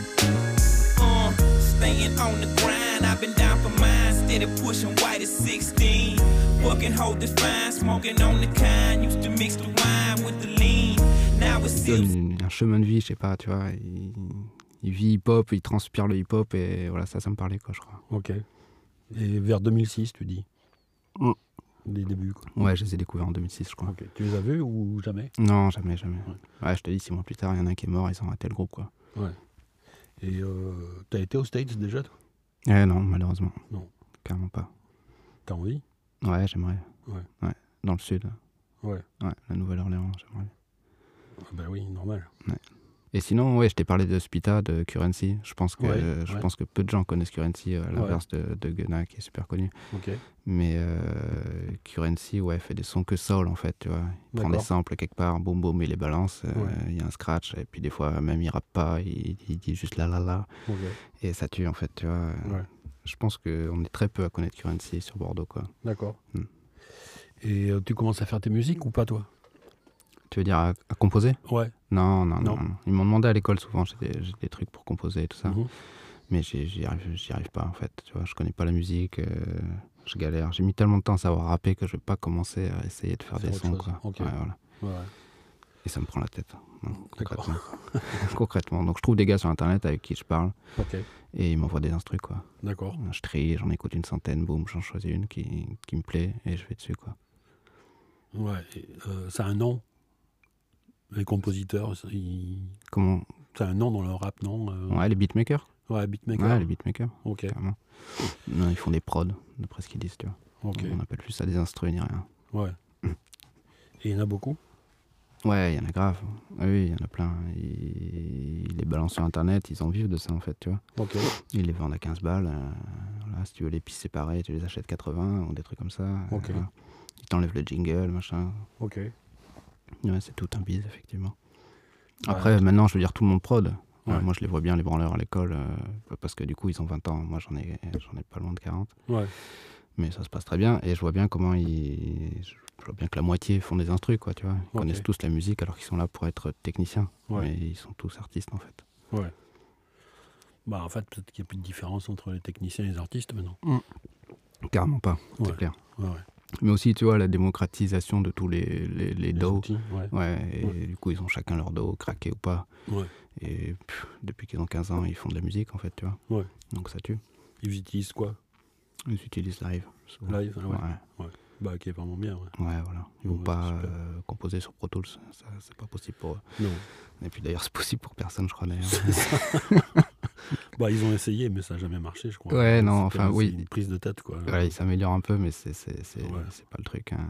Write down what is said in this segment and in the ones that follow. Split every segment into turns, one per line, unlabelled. Uh, staying on the grind, I've been down for mine, steady pushing white at 16. Fucking hold the fine, smoking on the kind, used to mix the wine with the lean. Now it's
John,
silver.
il a un chemin de vie, je sais pas, tu vois. Il, il vit hip-hop, il transpire le hip-hop, et voilà, ça, ça me parlait, quoi, je crois.
Ok. Et vers 2006, tu dis
Mm.
Des débuts, quoi.
Ouais, je les ai découverts en 2006, je crois.
Ok. Tu les as vus ou jamais
Non, jamais, jamais.
Ouais.
Ouais, je te dis, six mois plus tard, il y en a un qui est mort, ils ont raté le groupe, quoi.
Et euh, t'as été aux States déjà toi
Eh non, malheureusement.
Non.
Carrément pas.
T'as envie
Ouais, j'aimerais.
Ouais.
Dans le sud.
Ouais.
Ouais, la Nouvelle-Orléans, j'aimerais.
Ah Bah oui, normal.
Et sinon, ouais, je t'ai parlé de Spita, de Currency. Je pense que,
Ouais,
je
ouais.
pense que peu de gens connaissent Currency, euh, à l'inverse de, de Gunna, qui est super connu.
Ok.
Mais euh, Currency, ouais, fait des sons que soul, en fait, tu vois. Il prend des
D'accord.
samples quelque part, boum boum, il les balance. euh,
Ouais.
Il y a un scratch, et puis des fois, même il rappe pas, il, il dit juste la la la.
Ok.
Et ça tue, en fait, tu vois.
Ouais.
Je pense qu'on est très peu à connaître Currency sur Bordeaux, quoi.
D'accord.
Mm.
Et euh, tu commences à faire tes musiques ou pas toi
Tu veux dire à- à composer
Ouais.
Non, non,
Non.
non. non. Ils m'ont demandé à l'école souvent, j'ai des, j'ai des trucs pour composer et tout ça.
Mhm.
Mais j'ai- j'y arrive, j'y arrive pas en fait. Tu vois, je connais pas la musique, euh, je galère. J'ai mis tellement de temps à savoir rapper que je vais pas commencer à essayer de faire
Faire
des
autre
sons.
chose.
Quoi.
Ok.
Ouais, voilà.
Ouais.
Et ça me prend la tête. Non,
D'accord.
concrètement. concrètement. Donc je trouve des gars sur internet avec qui je parle
Ok.
et ils m'envoient des instrus quoi.
D'accord.
Je trie, j'en écoute une centaine, boum, j'en choisis une qui, qui me plaît et je vais dessus quoi.
Ouais. et, euh, ça a un nom. Les compositeurs, ils...
Comment
ça a un nom dans leur rap, non Euh,
Ouais, les beatmakers.
ouais, beatmaker.
Ouais, les beatmakers,
Ok.
carrément. Non, ils font des prods, d'après ce qu'ils disent, tu vois.
Ok.
On appelle plus ça des instrus ni rien.
Ouais.
Mm.
Et il y en a beaucoup.
Ouais, il y en a grave. Ah oui, il y en a plein. Ils, ils les balancent sur Internet, ils en vivent de ça en fait, tu vois.
Ok.
Ils les vendent à 15 balles. euh, voilà, si tu veux les pistes séparées, tu les achètes 80 ou des trucs comme ça. euh,
Ok.
voilà. Ils t'enlèvent le jingle, machin.
Ok.
Ouais, c'est tout un bise, effectivement. Après, maintenant, je veux dire, tout le monde prod. Voilà,
Ouais.
moi, je les vois bien, les branleurs à l'école, euh, parce que du coup, ils ont 20 ans. Moi, j'en ai, j'en ai pas loin de 40.
Ouais.
mais ça se passe très bien et je vois bien comment ils je vois bien que la moitié font des instrus quoi tu vois ils
Ok.
connaissent tous la musique alors qu'ils sont là pour être techniciens
Ouais.
mais ils sont tous artistes en fait
Bah en fait peut-être qu'il n'y a plus de différence entre les techniciens et les artistes maintenant.
carrément pas
Ouais.
c'est clair
Ouais. ouais.
mais aussi tu vois la démocratisation de tous les les, les
Les
dos
outils, ouais.
ouais et
Ouais.
du coup ils ont chacun leur dos craqué ou pas
Ouais.
et pff, depuis qu'ils ont 15 ans ils font de la musique en fait tu vois
Ouais.
donc ça tue
Ils utilisent quoi
ils utilisent live souvent.
Live. ah ouais.
ouais.
Bah qui est vraiment bien. Ouais.
Ouais, voilà ils vont
Ouais,
pas
super.
euh, composer sur Pro Tools ça c'est pas possible pour eux
Non.
et puis d'ailleurs c'est possible pour personne je crois d'ailleurs
Bah ils ont essayé mais ça n'a jamais marché je crois.
Ouais, non,
C'était-
enfin,
c'est
oui.
Une prise de tête quoi.
Voilà, il s'améliore un peu, mais c'est c'est- c'est-
Ouais.
c'est pas le truc. hein.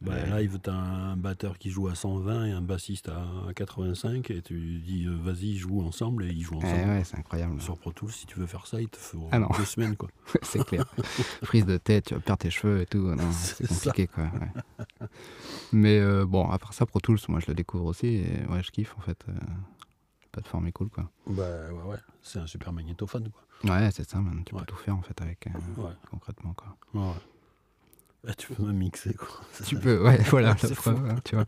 Bah,
Ouais.
Live, t'as un batteur qui joue à 120 et un bassiste à 85 et tu dis euh, vas-y joue ensemble et ils jouent
Eh
ensemble.
ouais, c'est incroyable.
Sur Pro Tools si tu veux faire ça il te faut
Ah non.
deux semaines quoi.
c'est clair. Prise de tête, tu vas perdre tes cheveux et tout. non,
C'est
C'est compliqué, quoi. ouais. Mais euh, bon, à part ça, Pro Tools, moi, je le découvre aussi. Et ouais, je kiffe, en fait. euh, la plateforme est cool, quoi.
Bah ouais ouais. C'est un super magnétophone quoi.
Ouais, c'est ça, man. Tu
Ouais.
peux tout faire, en fait, avec. euh,
Ouais.
Concrètement, quoi.
Ouais, ouais. Bah, tu peux même mixer quoi.
Ah, Tu peux, ouais, voilà,
C'est
la preuve, hein, tu vois.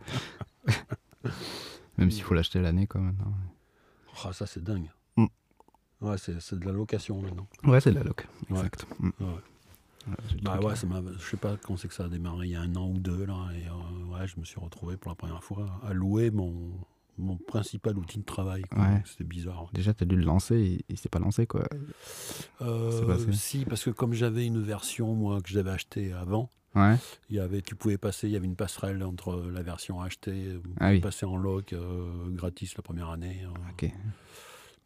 Même s'il faut l'acheter à l'année, quoi, maintenant.
Ah, ça, c'est dingue.
Mm.
Ouais, c'est, c'est de la location maintenant.
Ouais, c'est de la loc.
Ouais.
Exact. Mm.
Ouais.
Voilà, c'est le
Bah
truc,
ouais,
hein.
ça m'a, je sais pas quand c'est que ça a démarré, il y a un an ou deux, là. Et euh, ouais, je me suis retrouvé pour la première fois à louer mon, mon principal outil de travail. quoi.
Ouais.
C'était bizarre. ouais.
Déjà, t'as dû le lancer, il, il s'est pas lancé, quoi.
Euh,
passé.
si, parce que comme j'avais une version, moi, que j'avais achetée avant,
Ouais.
il y avait, tu pouvais passer, il y avait une passerelle entre la version achetée, vous
Ah oui.
passer en loc euh, gratis la première année. euh.
Ok.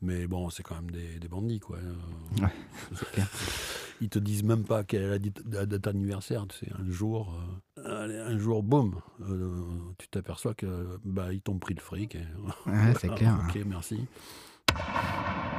Mais bon, c'est quand même des, des bandits, quoi. Euh,
Ouais, clair.
Ils te disent même pas quelle est la dite- la date anniversaire. Tu sais, un jour, euh, allez, un jour, boum, euh, tu hein. t'aperçois que bah ils t'ont pris le fric. et-
hein. Ouais, c'est clair.
ok, merci. Ah,